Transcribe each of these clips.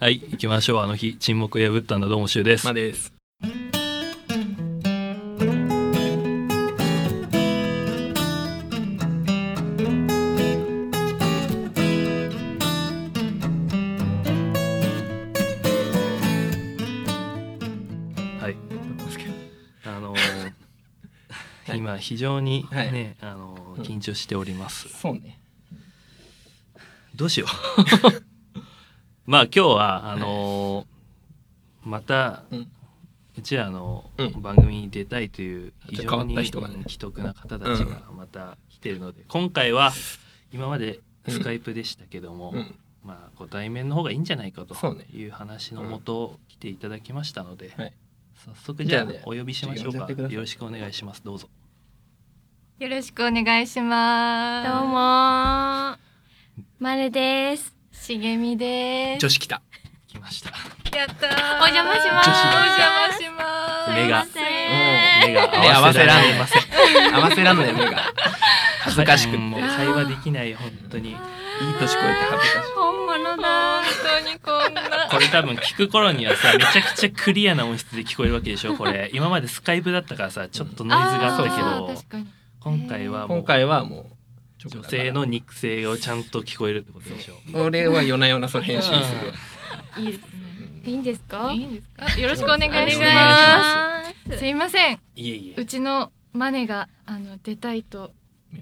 はい行きましょうあの日沈黙を破ったんだどうもしゅうです、まあです。はいあの ー今非常にね、あのーうん緊張しておりますそうね。どうしよ うまあ今日はあのーまたうん。うちらのうん番組に出たいという非変わ常っにた人がね奇特な方たちがまた来てるので、今回は今までスカイプでしたけども、うん。まあご対面の方がいいんじゃないかとそうねいう話のもと来ていただきましたので、はい早速じゃあじゃあねお呼びしましょうちょっかと呼んじゃってくださいよろしくお願いしますどうぞよろしくお願いします。どうもー。まるです。しげみです。女子来た。来ましたやったー。お邪魔します女子お邪魔します。目がすいまうん目が合合わわせせらられれまませせん。合わせらんない目が。恥ずかしくって。うんもういい会話できない本当に年こえて恥ずかしい。本物だ本。当にこんな。これ多分聞く頃にはさめちゃくちゃクリアな音質で聞こえるわけで しょこれ今までスカイプだったからさちょっとノイズがあったけーど確かに。今回はもう今回はもう女性の肉声をちゃんと聞こえるってことでしょ俺は夜な夜なその編集する。いいですね。いいんですか。いいんですか。よろしくお願いお願いししま。ますすいません。いえいうえちのマネがあの出たいと。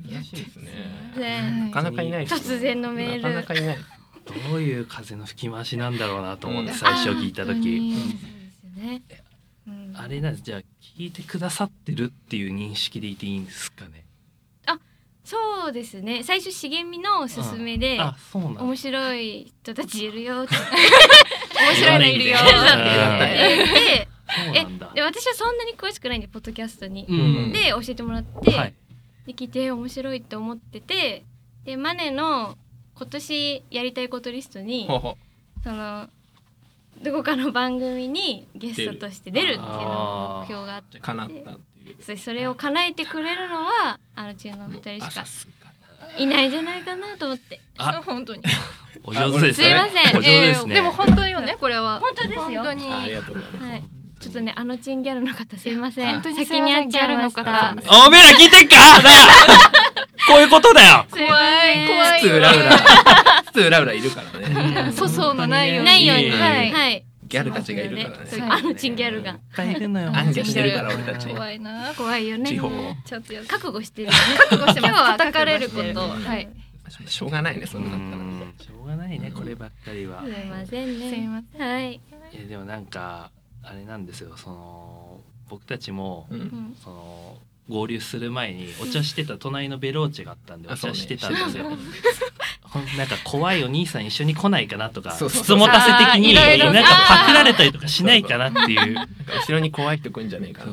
珍しいですね。ねなかなかいないですね突然のメールなかなかいない。どういう風の吹き回しなんだろうなと思っうてん最初聞いた時本そうですね。当にあれなんですじゃあ聞いてくださってるっていう認識でいていいんですかねそうですね。最初茂みのおすすめで。あそうなんだ面白い人たちいるよって面白いのいるよ。言わないでなんて言われて言ってそうなんだで私はそんなに詳しくないんでポッドキャストにう、んで教えてもらって、はいで聞いて面白いと思っててでマネの今年やりたいことリストにほうほそのどこかの番組にゲストとして出るっていうのが目標があっう。てかなったっていう。そそれを叶えてくれるのはあの中の二人しあかさすがいないんじゃないかなと思ってあ本当に。お上手ですねすいませんお上手ですえーねでも本当よねこれは。本当ですよ本当に。ありがとうございます。はいちょっとねあのチンギャルの方すいませ本ん当に先に会っちゃいましすいませたんギャルのおめえら聞いてっかなあこういうことだよすいま怖い怖い。普通裏裏。普通裏裏いるからね。粗相のないように。ないよういえにいえはい、はい。はい、ギャルたちがいるからね。そうあのチンギャルがいっぱいいるのよ暗記してるから俺たち。怖いな。怖いよね地方ちょっとやっ覚悟してる覚悟してます今日は叩かれること覚悟してるはいしょうがないねそうんなだったらね。んしょうがないねこればっかりはすいませんねすいませんはい、いやでもなんかあれなんですよその僕たちもううんん、その合流する前にお茶してた隣のベローチェがあったんでおあそう茶ねしてたんですよ。ほんなんか怖いお兄さん一緒に来ないかなとかそうそう質問たせ的にあーいろいろなんかパクられたりとかしないかなっていうなんか後ろに怖い人来るんじゃねえかな。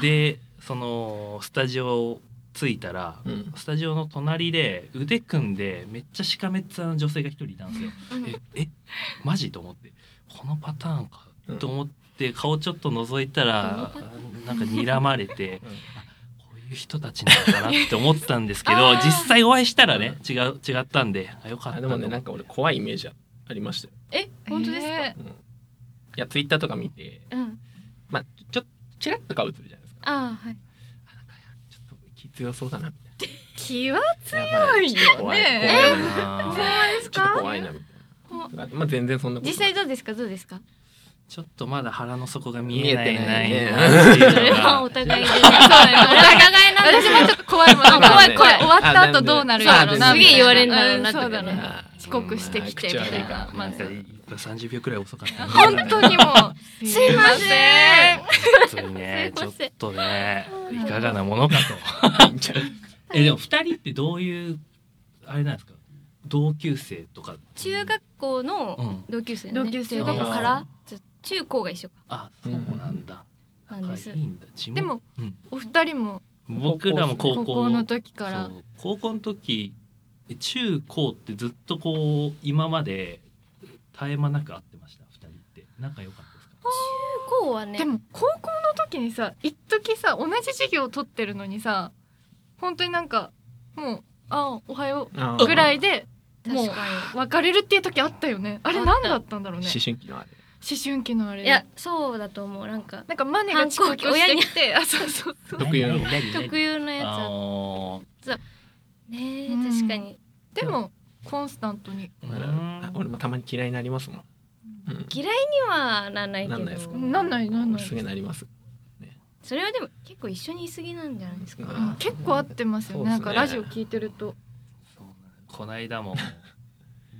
でそのスタジオ着いたら、うんスタジオの隣で腕組んでめっちゃしかめっ面の女性が一人いたんですよ。ええマジと思ってこのパターンかうんと思って顔ちょっと覗いたらなんか睨まれてうんこういう人たちなのかなって思ってたんですけどあー実際お会いしたらね違う違ったんであよかったあとで思っもねてなんか俺怖いイメージありましたよ。え本当ですか。うん、いやツイッターとか見てうんまあちょちょちらっと顔映るじゃないですか。あああはいなんかちょっと気強そうだなみたい気はな。強いよねやば怖い怖いなあーちょっと怖いなみたいな。まあ全然そんなこと実際どうですかどうですかちょっとまだ腹の底が見えない見えてないねなっていうのがそれはお互いでねそうよ。互いなん私もちょっと怖いもん。あ怖い怖い。そうだ終わねった後どうなるやろうな。あ全然みたいすげえ言われんだろうなうんそうだとかねね。遅刻してきてみたいな。うんまなんかず30秒くらい遅かったな 本当にもう。すいません本当にねちすょいまっせんとねいかがなものかと。いいんじゃないえでも二人ってどういうあれなんですか同級生とか中学校うのん同級生だね、同級生中学校からず中高が一緒かあそうなんだ、なん仲でいす、いんだ地元でもうんお二人も僕らも高校高校の時からそう高校の時え中高ってずっとこう今まで絶え間なく会ってました二人って仲良かったですか中高はねでも高校の時にさ一時さ同じ授業を取ってるのにさ本当になんかもう「あおはよう」ぐらいでもう確か別れるっていう時あったよねあれあった何だったんだろうね思思春期のあれ春期のあれにいやそうだと思うなんかなんかマネが遅刻をしてきてあそうそうそう特有の何何何特有のやつああっのねうん確かにでもコンスタントにーまだうん俺もたまに嫌いになりますもん、うん嫌いにはならないけなんないですどかなんないなんないすぐなりますそれはでも結構一緒にいすぎなんじゃないですかうん結構合ってますよねなんそかうですラねジオ聞いてると。こないだも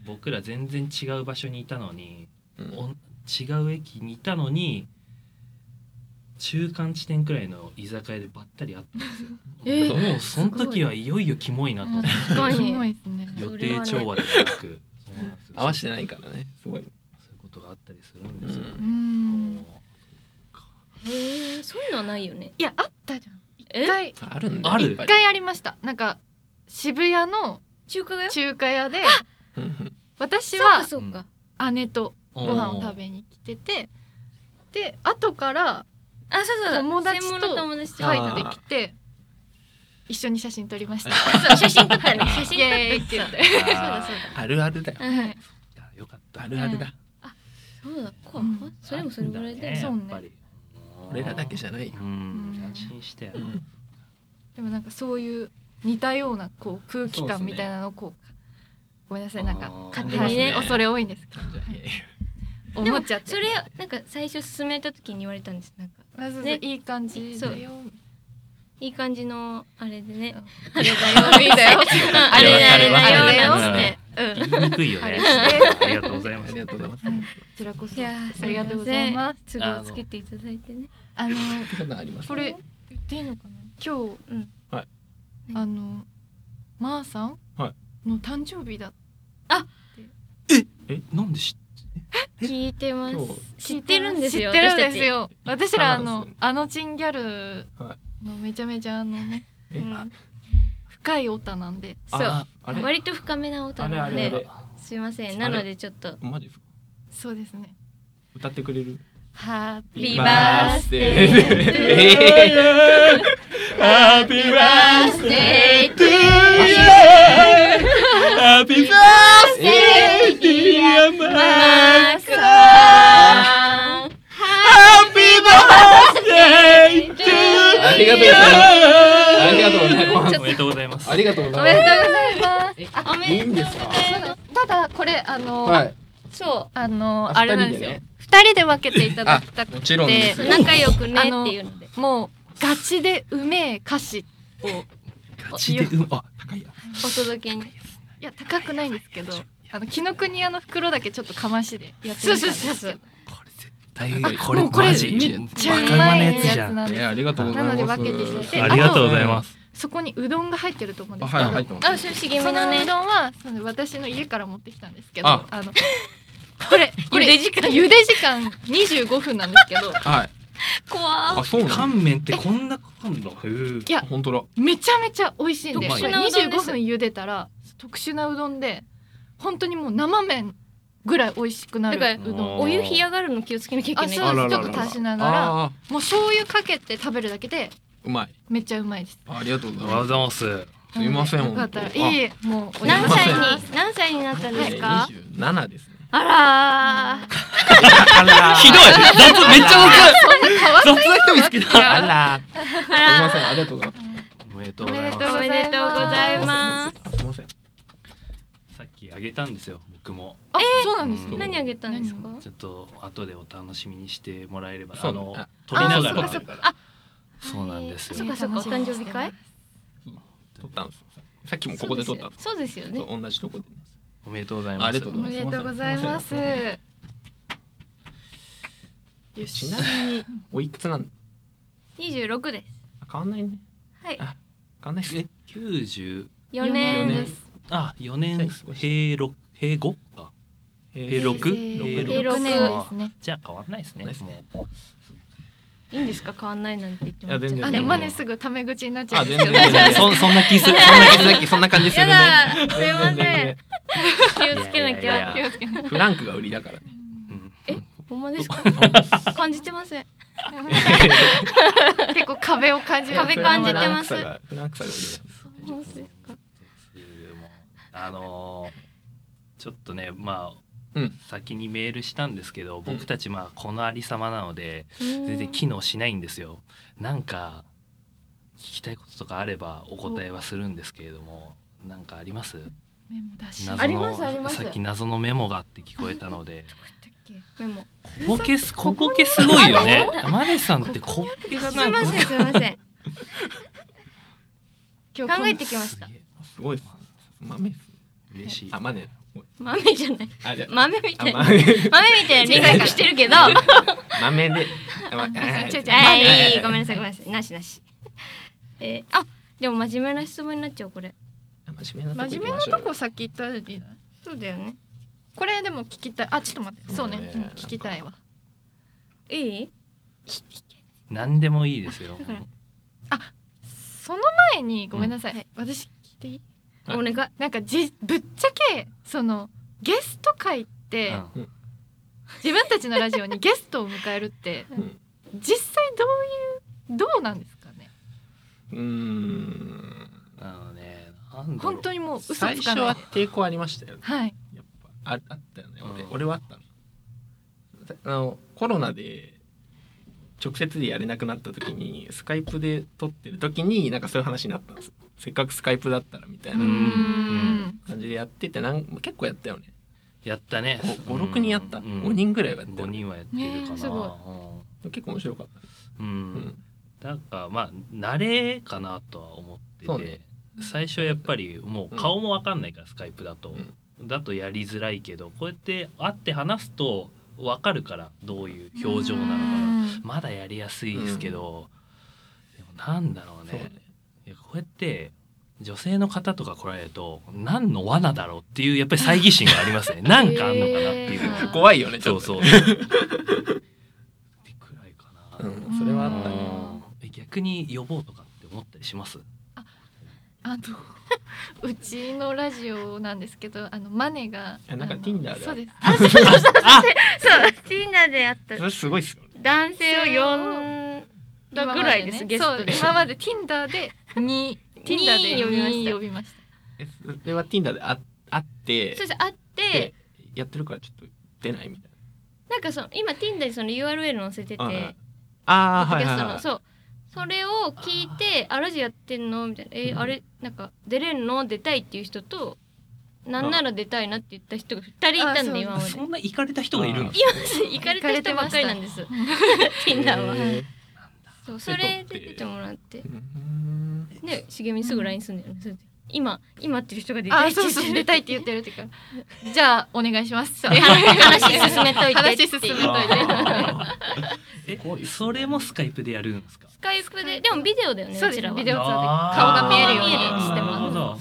僕ら全然違う場所にいたのに、うんおん違う駅にいたのに中間地点くらいの居酒屋でばったり会ったんですよえーもうその時はいよいよキモいなと思って確かすにごいですね予定調和ではなくそうなんですよ合わせてないからねすごそういいうことがあったりするんですよ、ううねんへえそういうのはないよねいやあったじゃんえ一回あるんだあるいっぱ一い回ありましたなんか渋谷の中華がよ中華屋でうんうん私そうかはそうか姉とごご飯を食べに来ててで後からあそうそう友達と専門の友達とは入いってきて一緒に写真撮りましたそう写真撮ったね写イエーイ真って撮言っったてそうだそうあるあるだよだうんよかったあるあるだ、そうだこううんそれもそれぐらいだよそそううねねやっぱり俺らだけじゃないよう、ん安心して よ、うんでもなんかそういう似たようなこう空気感みたいなのをこうごめんなさいなんかあー勝あ手にりねますね恐れ多いんですけじゃあいやいやどで思っもちゃってそれなんか最初進めた時に言われたんですなんかあそうそうねいい感じだよいい感じのあれでねうんあれ だよいいだようん あれだよあれあれだだよよなんつってうんこ言いにくいよねありがとうございまあすりがとうございますちらこそいやーありがとうございますすごいつけていただいてねあのそんなのありますこれ言っていいのかな今日、うんはいあのまー、さんはの誕生日だえなんで知っ聞いてます今知ってるんですよ知ってるん私たでちすよ私らあのそうなんですよあのチンギャルのめちゃめちゃあのねえうんあ深いオタなんでそうああれ割と深めな音あれなあのれあでれすいませあんれなのでちょっとマジですかそうですね歌ってくれるハッビピーーバースデーハッピーバースデーハッピーバースデーディアママークハッピーバースデートゥーありがとうございますありがとうおめでとうございますございますありがとうごおざめいまでとうございますえあおすいめいでとんうですかただこれあの、はいそあのああれなんです二人でよね二人で分けていただきたくもちろんでてすうよ仲良くねっていうのでもうガチでうめえ歌詞をガチでうんあ高いやお届けにいや高くないんですけどあの紀ノ国屋の袋だけちょっとかましでやってそうみたんそでうすそうそうこれ絶対いいこもれうこれマジめっめっちゃうバカま馬のいやつやつじゃんなんいでやありがとうございますなので分けていただいてありがとうございますそこにうどんが入ってると思うんあですけはいど、入ってますあそう茂そみののうねどんはその私の家から持ってきたんですけどああのこ れこれ茹で時間茹で時間25分なんですけ どはい怖あそうなの乾麺ってこんなかんだへーいや本当だめちゃめちゃ美味しいんで特こ殊れなうどん25です分茹でたら特殊なうどんで本当にもう生麺ぐらい美味しくなだるからうどんお湯冷やがるの気をつけなきゃいけあなそいうあでらすららちょっらと足しながらあもう醤油かけて食べるだけでーうまいめっちゃうまいですありがとうごおざいはようまごすざいますすいませんよかったら本当いいもう何歳すいまに何歳になったんですかえー27ですねあらーひどい雑めっちゃ雑雑な人見つけたあらあすいまらせんありがとうございますおめでとうございますおめでとうございますあすいませんさっきあげたんですよ僕もあそうなんですうよん何あげたんですかちょっと後でお楽しみにしてもらえればそうあのあ撮りながあらそそっうかなんですあよそっかそっかお誕生日会撮ったんですさっきもここで撮ったんですそうですよねそう同じとこでおめでとうございあまりすがとうおめでとうございますすいまよしちなみにおいくつなん26ですあ変わんないねはいあ変わんないですね九十4四年年あ四年平六平五かえ平六平平六六年ですねじゃあ変わんないですね変わんないもういいんですか変わんないなんて言ってもらっちゃっいてやあ全で然もねすぐタメ口になっちゃあうんで全す然よ全然そそんな気するそんな感じさっきそんな感じするやねだすいま全せん然気をつけなきいやいやゃいやフランクが売りだからねうんほんまですか 感じてません 結構壁を感じる壁感じてますフランクさがフランクさが売りだほんまですかあのちょっとねまあ、うん先にメールしたんですけど僕たちまあこのありさまなので全然機能しないんですよ。なんか聞きたいこととかあればお答えはするんですけれどもなんかありますメモ出し。謎ありますありのますさっき謎のメモがって聞こえたのでメモここけすここけすごいよねマネさんってこっけがすいませんすいません今考えててきましたすげえすごいです。豆っす。嬉しいあ、マネ。豆じゃないあ、じゃあ。豆みあたいな豆豆みたいな理解してるけ ど豆 で。あちょちょはいごめんなさいごめんなさいなしなし えーあでも真面目な質問になっちゃうこれ真面目なとこ行真面き目まなしょとうこ先行ったらいいなそうだよねこれでも聞きたいあちょっと待ってそうね、ねうん聞きたいわいい何でもいいですよだからその前にごめんなさい、私聞いていいはいお願いなんかじぶっちゃけそのゲスト会って、うん自分たちのラジ オに ゲストを迎えるってうん実際どういうどうなんですかねうーん。あのねなんだろう本当にもう嘘つかな最い初は抵抗ありましたよね。はいやっぱああったよね俺,、うん俺はあったのだあのコロナで直接でやれなくなった時にスカイプで撮ってる時になんかそういう話になったんですせっかくスカイプだったらみたいうんなん感じでやっててなん結構やったよねやったね56人やった、うん5人ぐらいはやった五よね人はやってるかねえすごいな結構面白かった、うんううんんなんかまあ慣れかなとは思ってそうて、ね最初はやっぱりもう顔もわかんないから、スカイプだと、だとやりづらいけどこうやって会って話すとわかるからどういう表情なのかなうんまだやりやすいですけど、でもなんだろうそうねね いやこうやって女性の方とか来られると何の罠だろうっていうやっぱり猜疑心がありますね なんかあんのかなっていう、へー怖いよねちそょうっと そうねってくらいかな、うん、それはあったねえ逆に呼ぼうとかって思ったりしますあの うちのラジオなんですけどあのマネがあなんかあの Tinder でそうですそう Tinder であったそれすごいっすよね男性を呼んだぐらいです、ゲストでそう今まで Tinder で2 Tinder で2に呼呼びましたえそれは Tinder であ会ってそうそうあってでやってるからちょっと出ないみたいなんかその今 Tinder にその URL 載せててなあポッあードはキいはャいはいストのそうそれを聞いてあラジオやってんのみたいなえうんあれなんか出れんの出たいっていう人となんなら出たいなって言った人が二人いたんであ今までそんな行かれた人がいるんですいます行かれた人ばっかりなんです Tinder は、へそうそれで出てもらってーうんで茂みすぐ LINE すんだよねそれで今今会ってる人が出たいあってそう言ってそう出たいって言ってるっていうからじゃあお願いしますで 話進めといて話進めといてあすごーいですねそれもスカイプでやるんですかスカイプででもビデオだよねそううでちすらはビデオ通話で顔あーが見えるようにしてなるほまど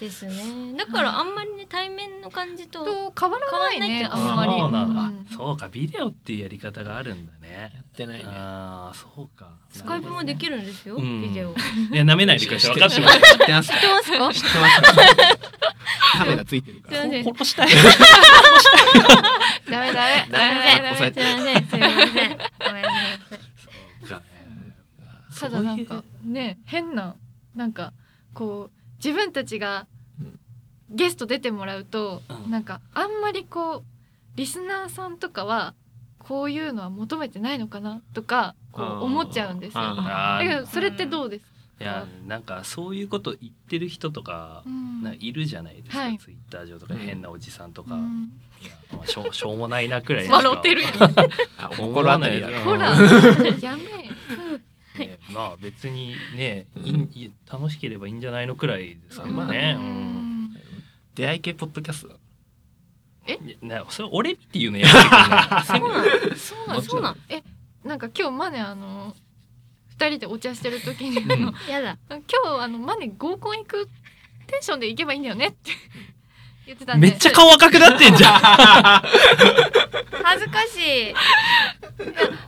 ですねだからあんまりね対面の感じすとと変わらないね変あわんらまりそうなんだ、うんそうかビデオっていうやり方があるんだねやってないねああそうかスカイプもできるんですよ、うんビデオ。知っいや舐めないでください分かってま知 すってますかてますか？知ってますかカメラついてるかすいらません。殺したいダメダメダメダ押メダメさえすいません。すいません。ごめんなさい。そうかただなんかね変ななんかこう自分たちがうんゲスト出てもらうと、うんなんかあんまりこうリスナーさんとかはこういうのは求めてないのかなとかこあーう思っちゃうんですよ。あだーけどそれってどうですいか、やなんかそういうこと言ってる人とかうんなんかいるじゃないですか、はいツイッター上とかうん変なおじさんとか、うんいやまあ、しょうしょうもないなくらいしか笑ってるよ。あ思心わ当なたいりよだほらやめえ。ねまあ別にね、いうんいい楽しければいいんじゃないのくらいですけどまあね。ううんん出会い系ポッドキャストだいやなそれ俺っていうのやめてそうくんないなの。そうなの。そうななんか今日マネあの二人でお茶してる時に、うんあのの。やだ。今日あのマネ合コン行くテンションで行けばいいんだよねって言 ってたんでめっちゃ顔赤くなってんじゃん。恥ずかしい。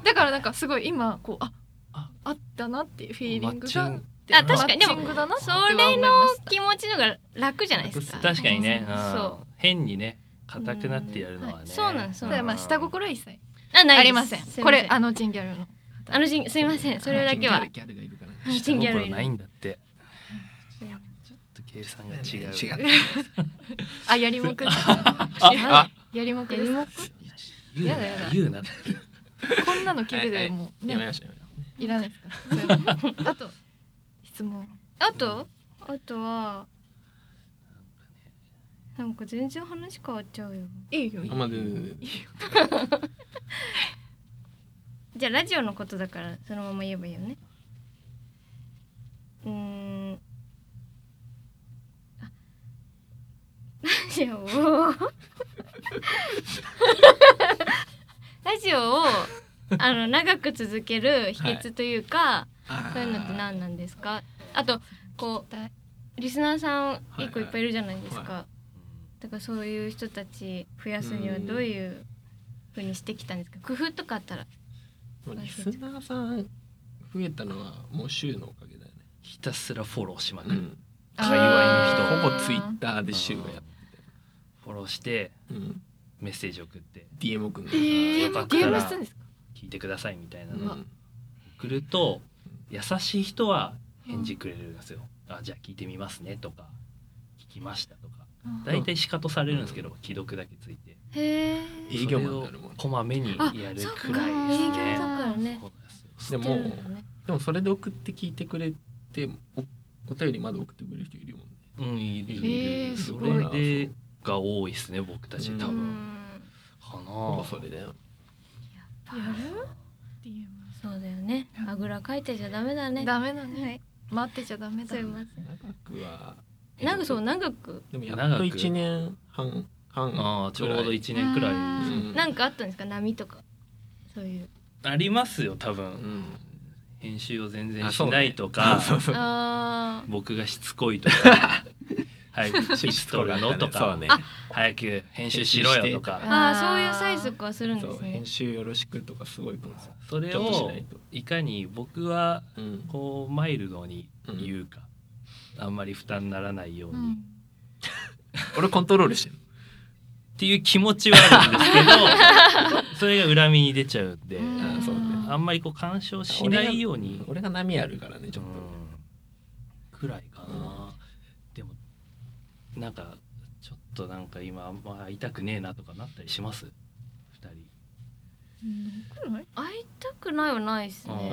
だからなんかすごい今こうああああったなっていうフィーリングがマッあ確かにでマッチンもグだなってそは思いまれのした気持ちの方が楽じゃないですか。確かにね。うんそう変にね硬くなってやるのはね。はいそうなんそうただまあ下心は一切あないですありませんこれああのチンギャルのあの人すいませんそれだけは。ギャルがいるからね下人間心いないる。んだって。いやちょっと計算が違う。違うあやりもく。あやりもくです。言うやだやなだ言うな。こんなの聞いててもうやめねましたやめましいらないですからそれは。あと質問。あとあとはなんか全然話変わっちゃうよいいよた。あまあ全然全然じゃあラジオのことだからそのまま言えばいいよねうーんあラジオをラジオをあの長く続ける秘訣というか、あーそういうのって何なんですかあとこうリスナーさん一個いっぱいいるじゃないですか、はいはだからそういう人たち増やすにはどういうふうにしてきたんですか工夫とかあったらもうリスナーさん増えたのはもう週のおかげだよね。ひたすらフォローしまくうる。ん。界ほ隈ぼツイッターで週がやってフォローしてて、うん、メッセージ送って DM 送るの。えー、よかったら DM したんですか。聞いてくださいみたいなうのん送ると優しい人は返事くれるんですよ。あじゃあ聞いてみますねとか聞きましたとか。大体シカトされるんですけど既読だけついて。へえ。営業マンになるもんね。こまめにあやるそっかくらいで営す業ねだ。からそね。うなんですよで知ってもるんだねでもそれで送って聞いてくれておお便りまだ送ってくれる人いるもんね。うん、いるいるえーすそごいれでが多いですね、僕たちうん多う分。んかほなぼ。それだよ。やるそうだよね。あぐらかいてちゃダメだね。ダメだはね。い。待ってちゃダメだすい。ま長くはせん。長くそう長く。でもやっ長とく一年半半ああ、ちょうど一年くらい。うんんなんかあったんですか波とか。そういう。ありますよ、多う分。ん編集を全然あしそうねないとか、 そうそうああ。僕がしつこいと か、早くチップ取るのとそうか、ね。早く編集しろよと編集か、ああそういう催促はするんそでうすね編。集よろしくとかすごいことさ。それちょっとしをないといかに僕はうんこうマイルドに言うか、あんまり負担にならないよううに。ん。俺コントロールしてる。っていう気持ちはあるんですけど それが恨みに出ちゃうんで、うんあそうねあんまりこう干渉しないように俺が波あるからねちうょんっくらいかな、でもなんかちょっとなんか今あんま会いたくねえなとかなったりします二人会いたくないはないですあね。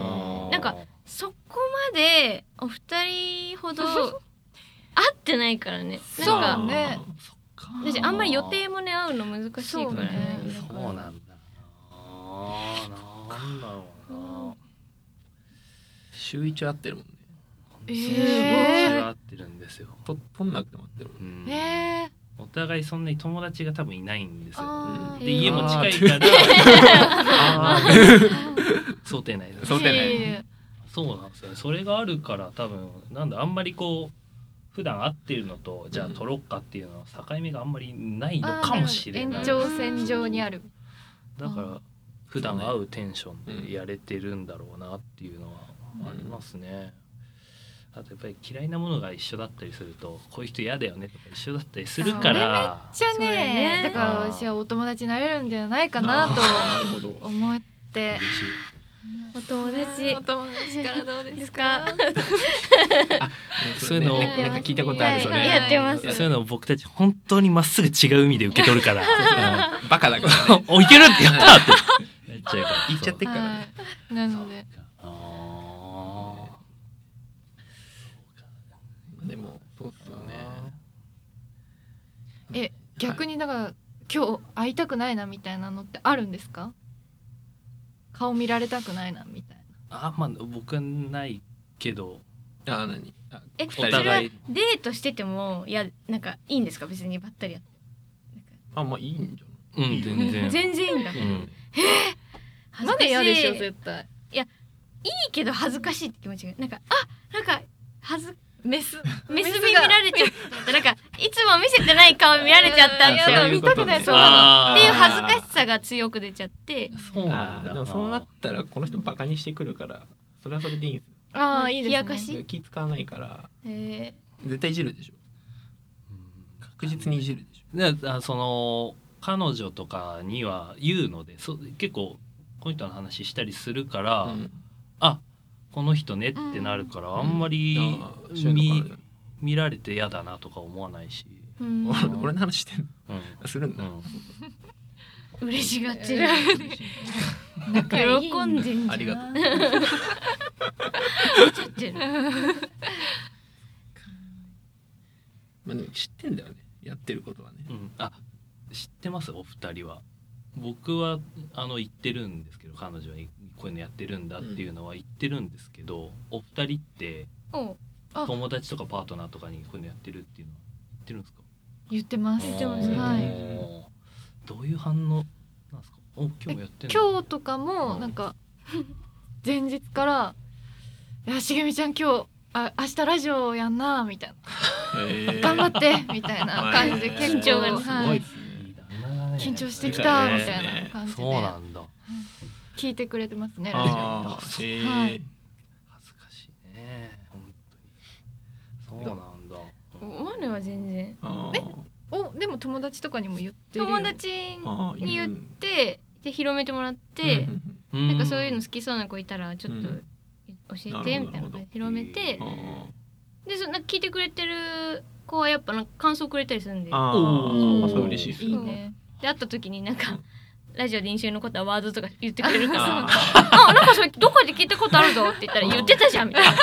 ーなんかそこまでお二人ほ ど会ってないからね。なんそうかねあーそっか私あんまり予定もね会うの難しいからね。そうなんだななんだろうなと週一は合ってるもんね。えー週一は合ってるんですよ、と取んなくても合ってるもんうんね。えー、お互いそんなに友達が多分いないんですよあーでえー家も近いから 想定内だ想定内いえいえそうなんですよねそれがあるから多分なんだあんまりこう普段会ってるのとじゃあうん撮ろっかっていうのは境目があんまりないのかもしれない延だか長線上にある。ら普段会うテンションでやれてるんだろうなっていうのはありますねあとやっぱり嫌いなものが一緒だったりするとこういう人嫌だよねとか一緒だったりするからじゃあそうだねねだから私はお友達になれるんじゃないかなあーなるほど。と思っ嬉てし。いお友達お友達からどうでですすかか。そういうのをなんか聞いたことあるそれ。やってまいやすそういうのを僕たち本当にまっすぐ違う意味で受け取るから「 バカだから。うんおいける!」ってやったー ってなっちゃうから言っちゃってっからはね。い。なので。あーでもそうっすよね。え逆にだから今日会いたくないなみたいなのってあるんですか顔見られたくないなみたいなあまあ僕はないけどあー何？あえ、二そ人れは互デいートしてても、いや、なんかいいんですか、別にばったりやって。あまあいいんじゃうんいいよ全然 全然いいんだ。うん恥ずまかだしい。嫌でしょいい絶対けど恥ずかしいって気持ちが、なんか、あ、なんか、恥ず、メス メスがビ見られちゃった。なんか、いつも見せてない顔見られちゃったんいでやすそうよ。いう見こたとくなねいそうなのっあていうー恥ずかしさが強く出ちゃって。そうなんない？あーだでもそうなったらこの人バカにしてくるからそれはそれでいいんですああいい冷でやすかねしよ。気使わないからえ絶対いじるでしょ。確実にいじるでしょ。であその彼女とかには言うのでそ結構この人の話したりするから、うんあこの人ねってなるから、んあんまりあーそういうの見がある見られて嫌だなとか思わないし、うん俺俺の話してんうんのするんうだ、ん、嬉しがってる。仲いい喜んでんじゃん。ありがとう。 まあ、でも知ってんだよねやってることはね、うん、あ知ってますお二人は僕はあの言ってるんですけど彼女にこういうのやってるんだっていうのは言ってるんですけど、お二人って おうあ友達とかパートナーとかにこういうのやってるっていうのは言ってるんですか言ってます言ってますははいい、どういう反応なんですかお今日もやってんの今日とかもなんか前日から「いやしげみちゃん今日あ明日ラジオやんな」みたいな「頑張っって」みたいな感じで結構緊張がねはいすごいっ緊すねいい旦那だね張してきたねみたいな感じでそうなんだ聞いてくれてますねラジオああへえはい恥ずかしいね本当にそうなんだマネは全然。あーおでも友達とかにも言ってるよ友達にあーいる言ってで広めてもらっうて、んななんかそういうの好きそうな子いたらちょっとうん教えてみたなるほどないなるほど広めてあでそなんか聞いてくれてる子はやっぱなんか感想くれたりするんでーあおーーそう嬉しいですいいねで会った時になんうかんラジオで印象に残ったワードとか言ってくれるからああなんかそれどこで聞いたことあるぞって言ったら言ってたじゃんみたいな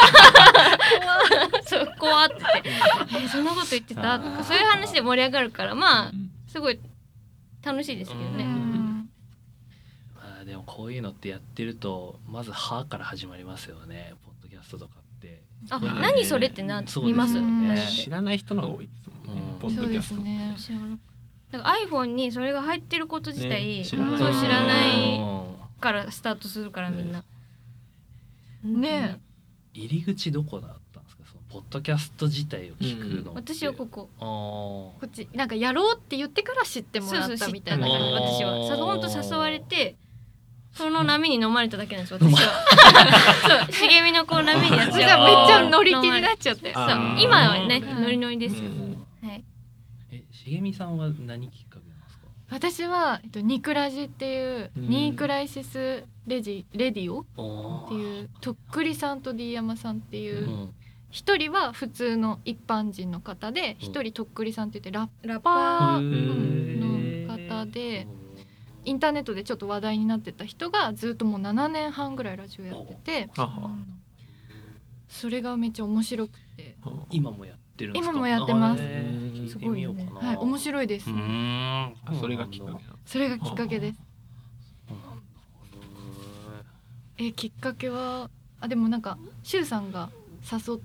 そう怖って言ってえそんなこと言ってたとかそういう話で盛り上がるからまあうんすごい楽しいですけどうね、んまあでもこういうのってやってるとまず「は」から始まりますよねポッドキャストとかって。あうん何それってなそう見ますですよね知らない人の方が多いですもんねうんポッそうドキでャスすトね知らなだから iPhone にそれが入ってること自体、ね知そらなうい知らなういんからスタートするからみんな。ね入り口どこだったんですかそのポッドキャスト自体を聞くのって、私はここ。あこっちなんかやろうって言ってから知ってもらそうっそたうみたい知なった感かじら私あはーさ本当誘われてその波に飲まれただけなんです私はそう茂みのこう波にやっそ ちれじゃゃうめっちゃ乗り気になっちゃってそうあー今はねうんノリノリですよ、うんはいえしげみさんは何きっかけなんですか私は、えっと、ニクラジっていう、うんニークライシスレジレディオってっいうとっくりさんと D 山さんっていううん一、人は普通の一般人の方でうん一人とっくりさんって言ってラッラッパパーーの方でインターネットでちょっと話題になってた人がずっともう7年半ぐらいラジオやっててあはそれがめっちゃ面白くてあは今もやってるんですか今もやってますへー聞いてみようかな、はい面い白いです、んあそれがきっかけなのそれがきっかけですそうなんだえきっかけはあでもなんかしゅうさんが誘っ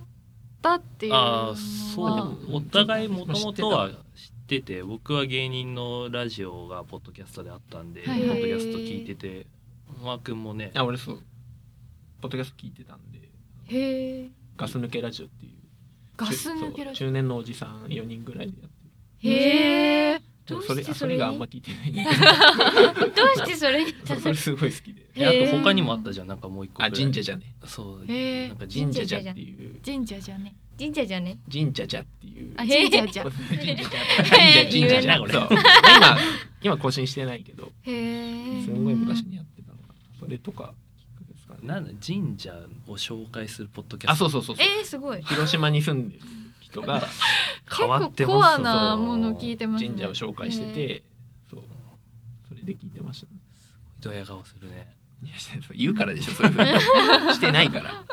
たっていうのはああそうお互いもともとは知ってて僕は芸人のラジオがポッドキャストであったんで、はいポッドキャスト聞いててマー君もねあ俺そうポッドキャスト聞いてたんでへえガス抜けラジオっていうガス抜けそらうしい中年のおじさん4人ぐらいでやってるへえでもどうしそれあてそそれれにがあんま聞いてないどうしてそれにそうそれすごい好きでであへとー他にもあったじゃんなんかもう一個あ神社じゃゃねそうへーなんか神神社社じゃっていう神社じゃね神社じゃね神社じゃっていうあ神へ社ー神社じゃ神社へー神社言えじなゃこれそう今 今更新してないけどへえすごい昔にやってたのかなそれとかきっかけですかねなんだ神社を紹介するポッドキャストあそうそうそうそうえー、すごい広島に住んでる人が変わって結構ますコアなものを聞ていてますね神社を紹介しててそうそれで聞いてましたねドヤ顔するねいやしてそう言うからでしょそれしてないから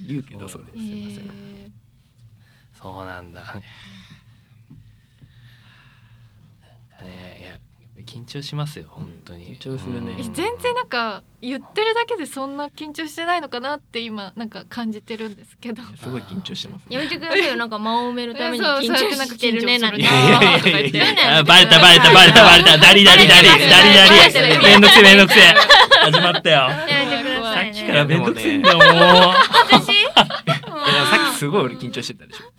言うけどそれすへいませんえそう なんだねなんかねいややっぱり緊張しますよ本当に緊張するねえ全然なんか言ってるだけでそんな緊張してないのかなって今なんか感じてるんですけどいやすごい緊張してますねやめてくださいよなんか間を埋めるために緊張してるねそなうんかそうやいやいやいやそううのやめてくださいあバレたバレたバレたバレたダリダリダリダリダリめんどくせえめんどくせえ始まったよやめてくださいねさっきからめんどくせえんだよも私いやさっきすごい俺緊張してたでしょう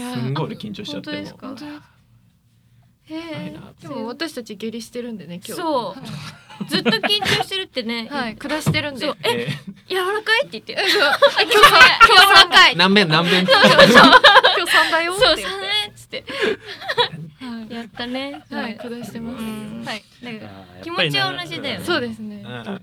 いやすんごい俺緊張しちゃって本当もでうすか本当ですないへえなってでも私たち下痢してるんでね今日そうずっと緊張してるってね、はい下してるんでそうえ柔らかいって言って今日さ今日三回ー何遍何遍今日三だよっそうそうて言っねてっつってはいやったねはい下してますうんはいなんかん気持ちは同じだよねそうですねうん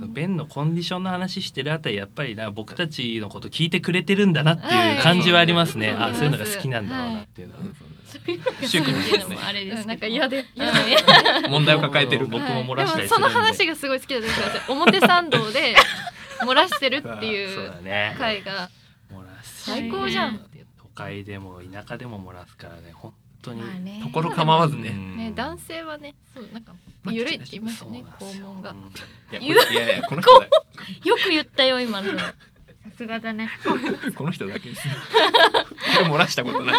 その便のコンディションの話してるあたりやっぱりな僕たちのこと聞いてくれてるんだなっていう感じはありますね、はいあそういうのが好きなんだろうなっていうのは、そういうのもあれですけどなんか嫌でうん嫌問題を抱えてる僕僕も漏らしたでりもすそるんでの話がすごい好きだったんですよ表参 道で漏らしてるっていそうだうね回が漏らすし最高じゃん都会でも田舎でも漏らすからね本当に、まあねところ構わずねうんね男性はねそうなんか緩いって言いますよね肛門がいや言これいやいやこの人だよく言ったよ今のさすがだね この人だけです。これ漏らしたことない。ま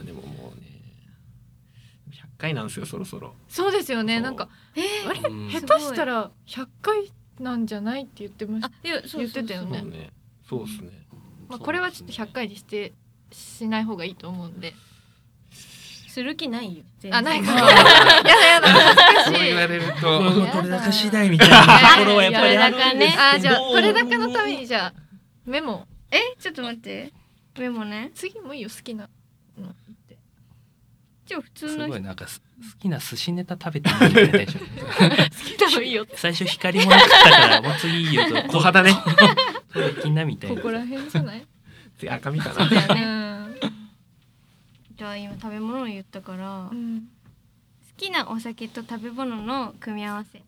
あでももうね、100回なんですよそろそろ。そうですよそねうなんかえあうれん下手したら100回なんじゃないって言ってましあた、いやそうそうそう言ってたよそうねね。そうですね。まあ、これはちょっと100回にしてしない方がいいと思うんで。する気ないよ全然あ、ないか。まやあだやだ、そう恥ずかしい言。われると、そううやだ取れ高次第みたいなところはやっぱりあるんですけど取れ高あ、じゃあ、取れ高のために、じゃあ、メモ。えちょっと待ってメモね次もいいよ、好きな。の ってじゃあ普通すのご人いなんかす好きな寿司ネタ食べてみるみたいなテンション好きなのいいよ。 最初光り物食ったからもう次言う と小肌ね。これきなみたいこなこら辺じゃない。次赤身かそうな。だよねう じゃあ今食べ物を言ったから好ん。きなお酒と食べ物の組み合わせ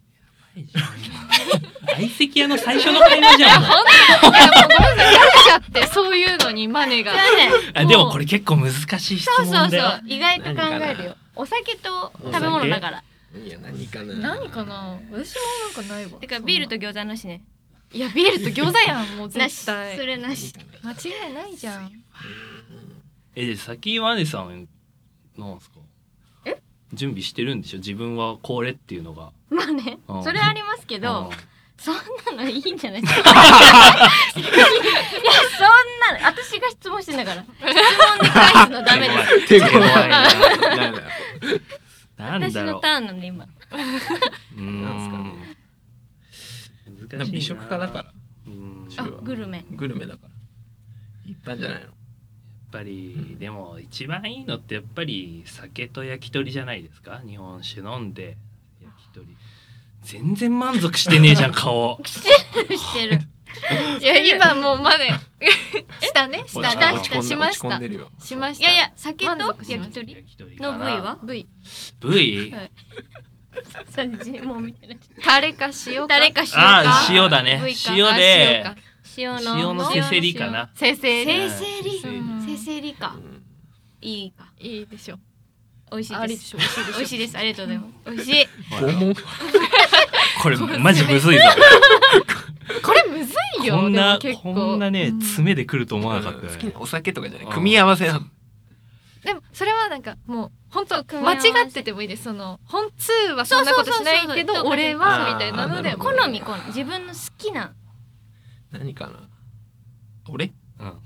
相席屋の最初の会話じゃんもう いや、もう、ごめんなさい、慣れちゃって、そういうのにマネが。 あでもこれ結構難しい質そうそ問だうそよう意外と考えるよお酒と食べ物だからいや何かな。何か な。私もなんかないわ。てかビールと。餃子なしねいや、ビールと餃子やん、もうな絶し対そ。れな し間違いないじゃん。えじゃあ先マネさんなんすかえ準備してるんでしょ自分はこれっていうのがまあねうんそれありますけうんどそんなのいいんじ ゃないですかいやそんなの私が質問してんだから質問で返すのダメです手強いななんだろ なん私だろのうターンなんで今う ーんなんう。難しいな美食家だから。うんやあっグルメグルメだから。行ったんじゃないの。ぱりでも一番いいのってやっぱり酒と焼き鳥じゃないですか日本酒飲んで焼き鳥全然満足してねえじゃん顔してるいや、今もうマネ。したね、した、落ち込んだ出した、しまし落ち込たんで。るよ。しましいた。やいや酒と満足し焼ましきた鳥鳥の部位は部位。部 位はいさじもうみたいなタレか塩か。誰か塩あかー塩だね部位か塩であ塩の塩のせせりかな先生せせせりうんせせりかうんいいかいいでしょ美味しありいでですしょ美味しいでしょ美味しいですありがとうございます美味しい拷問。これマジむずいぞこれむずいよこんでなも結構こんなねうん詰めでくると思わなかった好よきねなお酒とかじゃない。組み合わせなの。でもそれはなんかもう本当組み合わ間せ違っててもいいですその本通はそんなことしないけそうそうそうどそう俺はあーみたいなのなでるほど好み好み自分の好きな何かな。俺？うん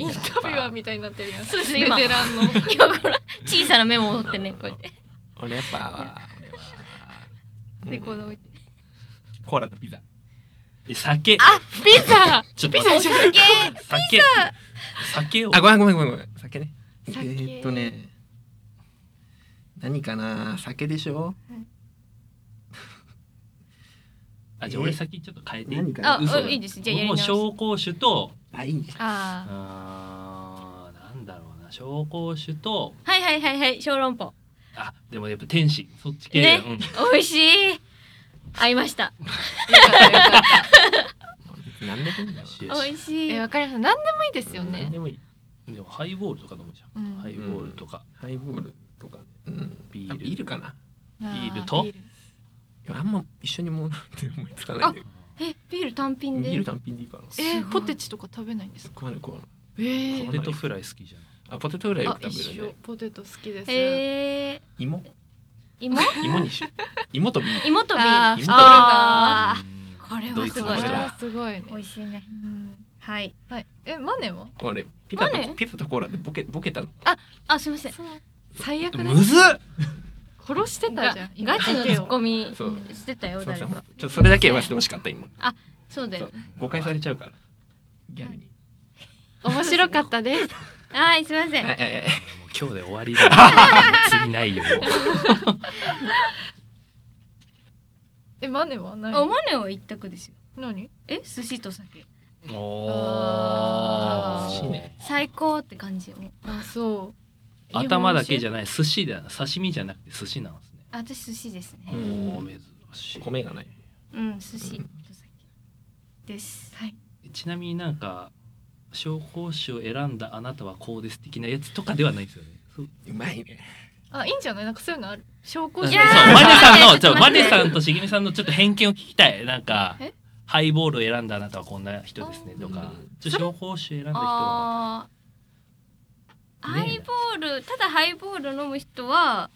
インタビュアーみたいになってるやんそうですベ今テランの今ほら小さなメモを取ってねこうやって俺やっぱ俺レはコード置いてコーラとピザえ酒あピザちょっとピ待ザっでてしょ酒酒をあごめんごめんごめんごめん酒ね酒えーっとね何かな酒でしょあじゃあ俺先ちょっと変えていい何かなあ嘘うんいいですじゃあやりもう直し紹興酒とあいいああーなんだろうな紹興酒とはいはいはいはい小籠包あでもやっぱ天使そっち系、ねうん美味しい合いましたーよかったよかった何でもいいんだよよし美味しいええわかります何でもいいですよ何ねでもいいでもハイボールとか飲むじゃん、うんハイボールとかハイボールとかうんビーあルビールかなあービールとビルいやあんま一緒にもうなんて思いつかないんだけどビール単品ビーでル単品でいいかなえすーごポいテチとか食べないんですか食わない食わないえポテートフライ好きじゃんあポテトフライよあく食べ一る緒ねポテト好きですえー芋芋芋にしよう芋とビール芋とビーあルーあーうんこれはドイツすのごそい人れははすごいね美味しいねうんはいはいえマネは俺ピザ何とピザとコーラでボケボケたのあすいません最悪むずっ殺してたガじゃんガチのツッコミそうしてたよすいませ誰んちょかっとそれだけ言わせてほしかった今そうだよ誤解されちゃうからギャルに面白かったですはいすいませ んはいはいはいもう 今日で終わりだ次ないよもう えマネはないあマネは一択ですよ何え寿司と酒おあおー寿司ね最高って感じよあそう頭だけじゃゃない寿司だ刺身じゃなくて寿司なんですね私寿司ですうねんおー珍しい米がないうん寿う司とん酒ですはいちなみになんか紹興酒を選んだあなたはこうです的なやつとかではないですよねそううまいねあいいんじゃないなんかそういうのある証拠うんじそゃうやんーマネさんちょっのとじゃあマ待ってネさんとしげみさんのちょっと偏見を聞きたいなんかえハイボールを選んだあなたはこんな人ですねとうかんちょっと紹興酒選んだ人はあーねえハイボールただハイボール飲む人は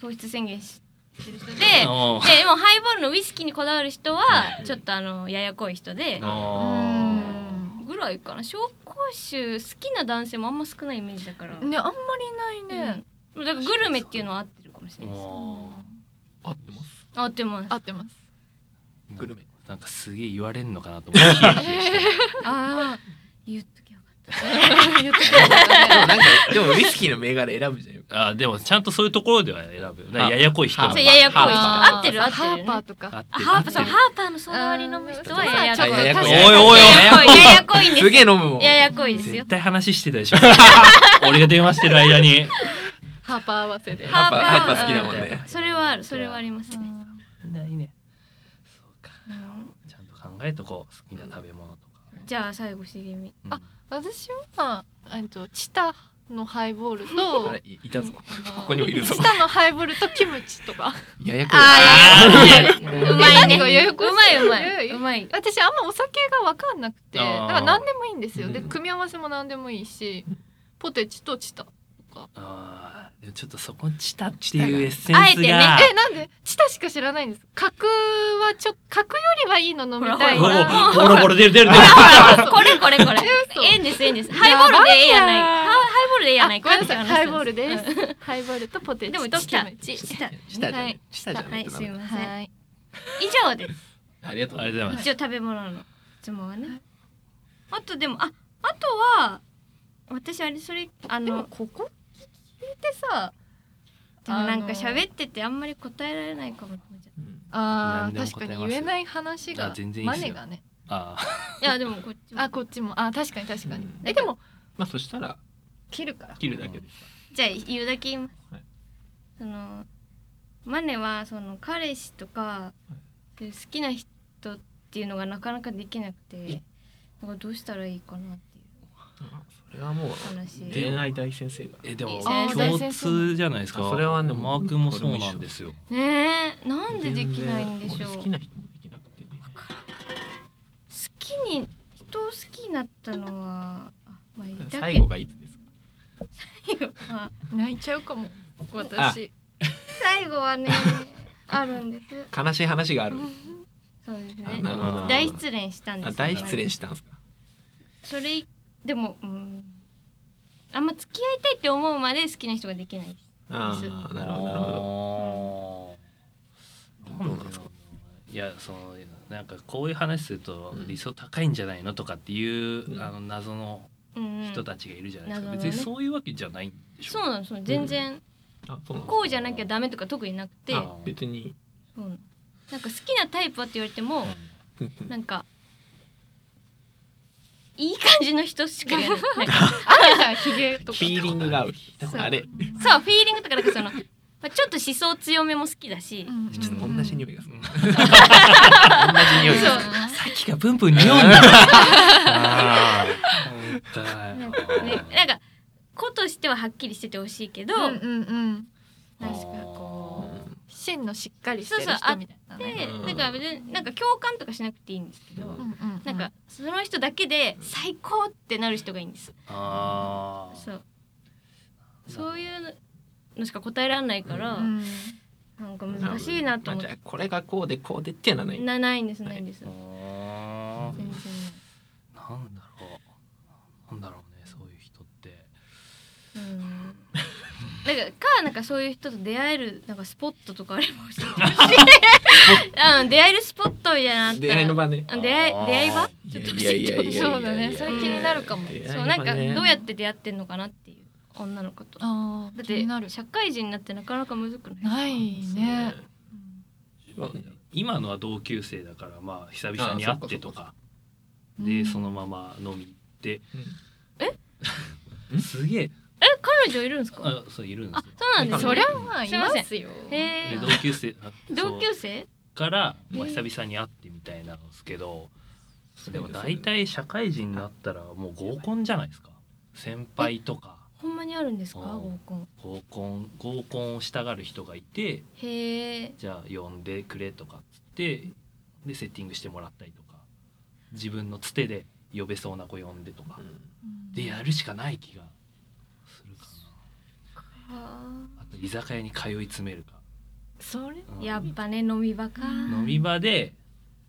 糖質宣言してる人で でもおーうハイボールのウイスキーにこだわる人はちょっとあのややこい人であぐらいかな紹興酒好きな男性もあんま少ないイメージだから、ねあんまりいないね、うんだからグルメっていうのは合ってるかもしーれないですお合ってます合ってます合ってますーグルメなんかすげえ言われんのかなと思ってヒヤヒヤし ああ言っときゃよか っ言ってたでもね なんかでもウイスキーの銘柄選ぶじゃんたあーでもちゃんとそういうところでは選ぶよねあややこい人あはたそうややこい人あ合ってる合ってるハーパーとあかってたるハーパー合さっんてハるーパーのソーダ割り飲む人はうんややこいあややこいやおいおいおいややこいややこいんですすげえ飲むもんややこいですよ絶対話してた でしょ 俺が電話してる間にハーパー合わせでハーパーハーパハーーパー好きだもんねそれはあるそれはありますうね、んないねそうかうんちゃんと考えとこう好きな食べ物とか、じゃあ最後しげみうんあ私はえっとチタのハイボールとあれいいたぞこここにもいるぞチタのハイボールとキムチとかややこああーうまいね何がややうこしいまいうまいやいいやうまい私あんまお酒が分かんなくてあだーから何でもいいんですよでうん組み合わせも何でもいいしポテチとチタあーでもちょっとそこチタっていうエッセンスがあえてねあえなんでチタしか知らないんです角はちょ角よりはいいの飲みたいおなおボロボロ出る出る出るこれこれこれ嘘ええんですええんですハイボールでええやないハイハイボールでええやないあごめんなさいハイボールですハイボールとポテチでもとチキタムチチタしたじゃはないいしたじゃはないいとダすメいませんはい以上ですありがとうありがとうございます一応食べ物の質問はねあとでもああとは私あれそれあでものここ聞いてさでもなんかあの喋っててあんまり答えられないかもと思っちゃっあ何ーでも確か答えますに言えない話があ全然いいっすよマネがねあーたいやでもこっちもあこっちもあ確かに確かに、うんえでもまあそしたら切るから切るだけでじゃあ言うだけ言います、はいそのマネはその彼氏とか好きな人っていうのがなかなかできなくてなんかどうしたらいいかなっていうそれはもう話恋愛大先生がえでもあー共通じゃないですかあそれはねマー君もそうなんですよねえなんでできないんでしょ俺う好好きな人もできなくてねきに人を好きになったのはあまあいいだけ最後がいつですかまあ泣いちゃうかも私最後はねあるんです悲しい話があるそうですあねなるほど大失恋したんであす大失恋恋したんですかそれいでもうんあんま付き合いたいって思うまで好きな人ができないああなるほどなるほどあーなんですかいやそのなんかこういう話すると理想高いんじゃないのとかっていう、うんあの謎のうんうん人たちがいるじゃないですか、うん別にそういうわけじゃないんでしょそうなんですよ全然あそうなんだこうじゃなきゃダメとか特になくてあ別にそうなんなんか好きなタイプはって言われてもなんかいい感じの人しかやるな んかあるじゃんひげとかフィーリングが合うあれそうフィーリングとかなんかその、まあ、ちょっと思想強めも好きだし、うんちょっと同じ匂いがするうん同じ匂いそうがすさるっきがブンブン匂うんだあーな本んか当ねだよなんか子としてははっきりしててほしいけど、うんうんうんなんかこ芯のしっかりしてる人みたいなうでねうんなんか別になんか共感とかしなくていいんですけど、うんうんうんなんかその人だけで最高ってなる人がいいんです。あーそうそういうのしか答えられないから、うんなんか難しいなと思っあてじゃあ。これがこうでこうでっていうのはないなないんですないんです。あー全然なんだろうなんだろうねそういう人ってない。うん。なんかかなんかそういう人と出会えるなんかスポットとかあれば教えてほしい。うん出会えるスポットみたいなのあった出ら会いの場ねあ出会い出会い場いちょっやといやいやいやいやそうだねそれ気になるかも出会いの場そねうなんかどうやって出会ってんのかなっていう女の子と。だあーっ気になてる社会人になってなかなかむずくない。ないねまあ今のは同級生だからまあ久々に会ってとかでそのまま飲み行ってすげええ彼女いるんですかあそういるんであそうなんですそねりゃまあいすいまませんすよへすよでー同級生あそう同級生から、まあ、え久ー々に会ってみたいなんですけどそうでですも大体社会人になったらもう合コンじゃないですか先輩とかほんまにあるんですかあー合コン合コン合コンをしたがる人がいてへえじゃあ呼んでくれとかっつってでセッティングしてもらったりとか自分のつてで呼べそうな子呼んでとかうんでやるしかない気がするかあなあと居酒屋に通い詰めるか、それうんーやっぱね飲み場か飲み場で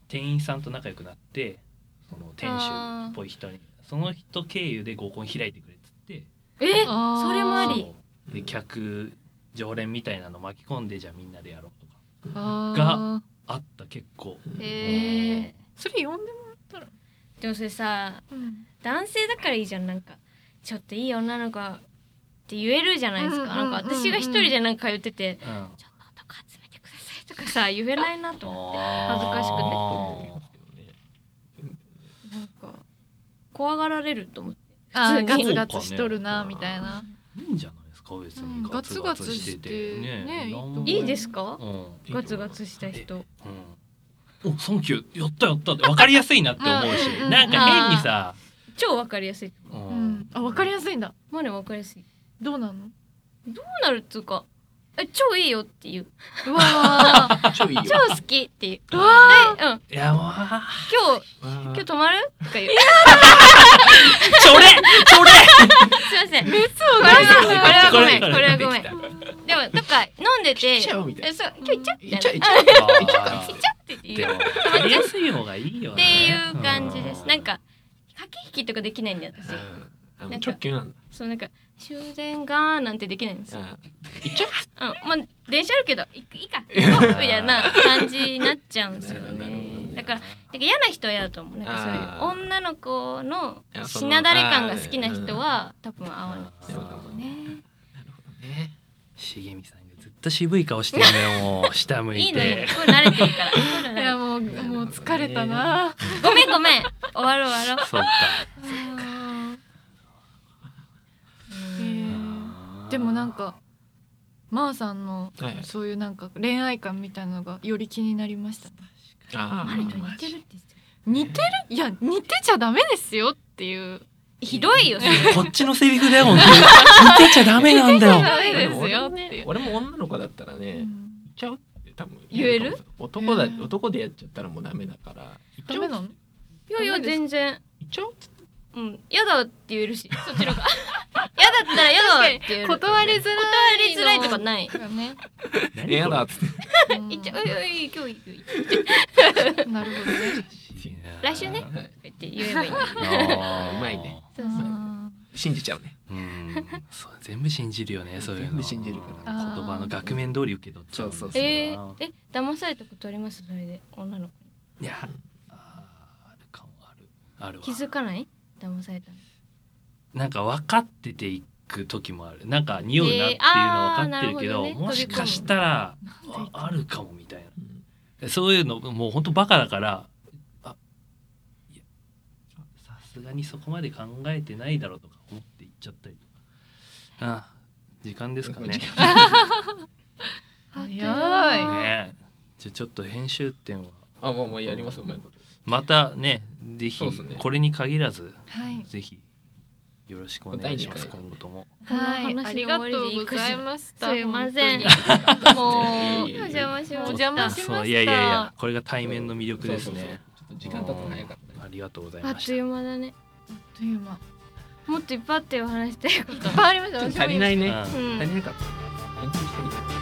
店員さんと仲良くなってその店主っぽい人にその人経由で合コン開いてくれっつってえあーそれもありそうで客常連みたいなの巻き込んでじゃあみんなでやろうとかああった結構へーえそれ呼んでも、でもそれさ男性だからいいじゃんなんかちょっといい女の子って言えるじゃないですか、うんうんうんうんなんか私が一人でなんか通っててうん「ちょっと男集めてください」とかさ言えないなと思恥恥ずかしくてってなんか怖がられると思ってあ普ー通ガにツガツしとるなみたいな。いいんじゃないですか別うんにガツガツしててガツガツしてねいいと思うなんもいいですかうんうんガツガツした人おサンキューやったやったって分かりやすいなって思うしうんなんか変にさ超わかりやすいうん、あわかりやすいんだ。まだわかりやすいどうなの？どうなるっつうかえ超いいよっていううわー超いいよ 超好きっていううでんうんいやもうあ今日わ今日ー泊まるとか言うーそ れそれすいませんそうはごめんこれこれはごめんできた でもなんか飲んでて行っちゃおうみたいなえそう今日行っちゃうみいたっいちなゃいっちゃあーってっていでうも分かりやすい方がいいよっねていう感じです。うなんか駆け引きとかできないんだよ私。あもう直球なんだそうなんか終電がーなんてできないんですよ。あ行っちゃうん、まあ電車あるけどいいい か行こうみたいな感じになっちゃうんですよなるほどね。ねだからなんか嫌な人は嫌だと思う。なんかあそうーいう女の子のいやそしのなだれ感が好きな人は多分合わないですよあーね。うね茂みさんがずっと渋い顔してるねもう下向いいいのよて。これ慣れてるから。こういうの い慣れてやるもうもう疲れたな。ごめんごめん。終わろう終わろう。そうかへーでもなんかまー、さんのはいはいそういうなんか恋愛観みたいなのがより気になりましたね。ああーれと似てるって言ってた似てるいや似てちゃダメですよっていう。ひどいよ。それこっちのセリフだよ本当に見てちゃダメなんだよ ダメですよっていう。俺も女の子だったらうねん行っちゃうって多分言えかも男だえー男でやっちゃったらもうダメだから行っちゃおうダメっつなっのて？いやいや全然。行っちゃおうっつってうん、やだって言えるし、そっちの 方が。やだったらやだって言える。断りづらいの。断りづらいとかない。がね。えやだっつってうんいっちゃ、ういおい、今日行く。行くなるほどね。来週ねはいって言えばいい のに。あーうまいねそうそう信じちゃうねうんそう全部信じるよねそういうの全部信じるからね言葉の額面通り受け取っちゃうそうそうそうえー、え、騙されたことありますそれで、女の子に。いやあーあるかもあるあるわ気づかない騙されたの。なんか分かってていく時もあるなんか匂うなっていうのは分かってるけど,、えーあーなるほどねもしかしたらああるかもみたいうんなそういうのもう本当バカだからあいやさすがにそこまで考えてないだろうとか思って言っちゃったりとかあ時間ですかね時ね早い早えじゃあちょっと編集点はあもうもうやりますお前またねぜひそうっすねこれに限らずはい。ぜひよろしくお願いします第二回今後とも。はい。話あで終りわがりでといいうかごしらざいました。すいません本もう、おいえいえいえ邪魔しおまし邪魔た。しましたそういやいやいやこれが対面の魅力ですね。そうそうそうちょっと時間経つの早かったうんねありがとうございあまっとしいたう間だね。当に。あっという間。もっといっぱいあってお話したいこと。いっぱいありました。足りないねうんうん足りなかった延長してみた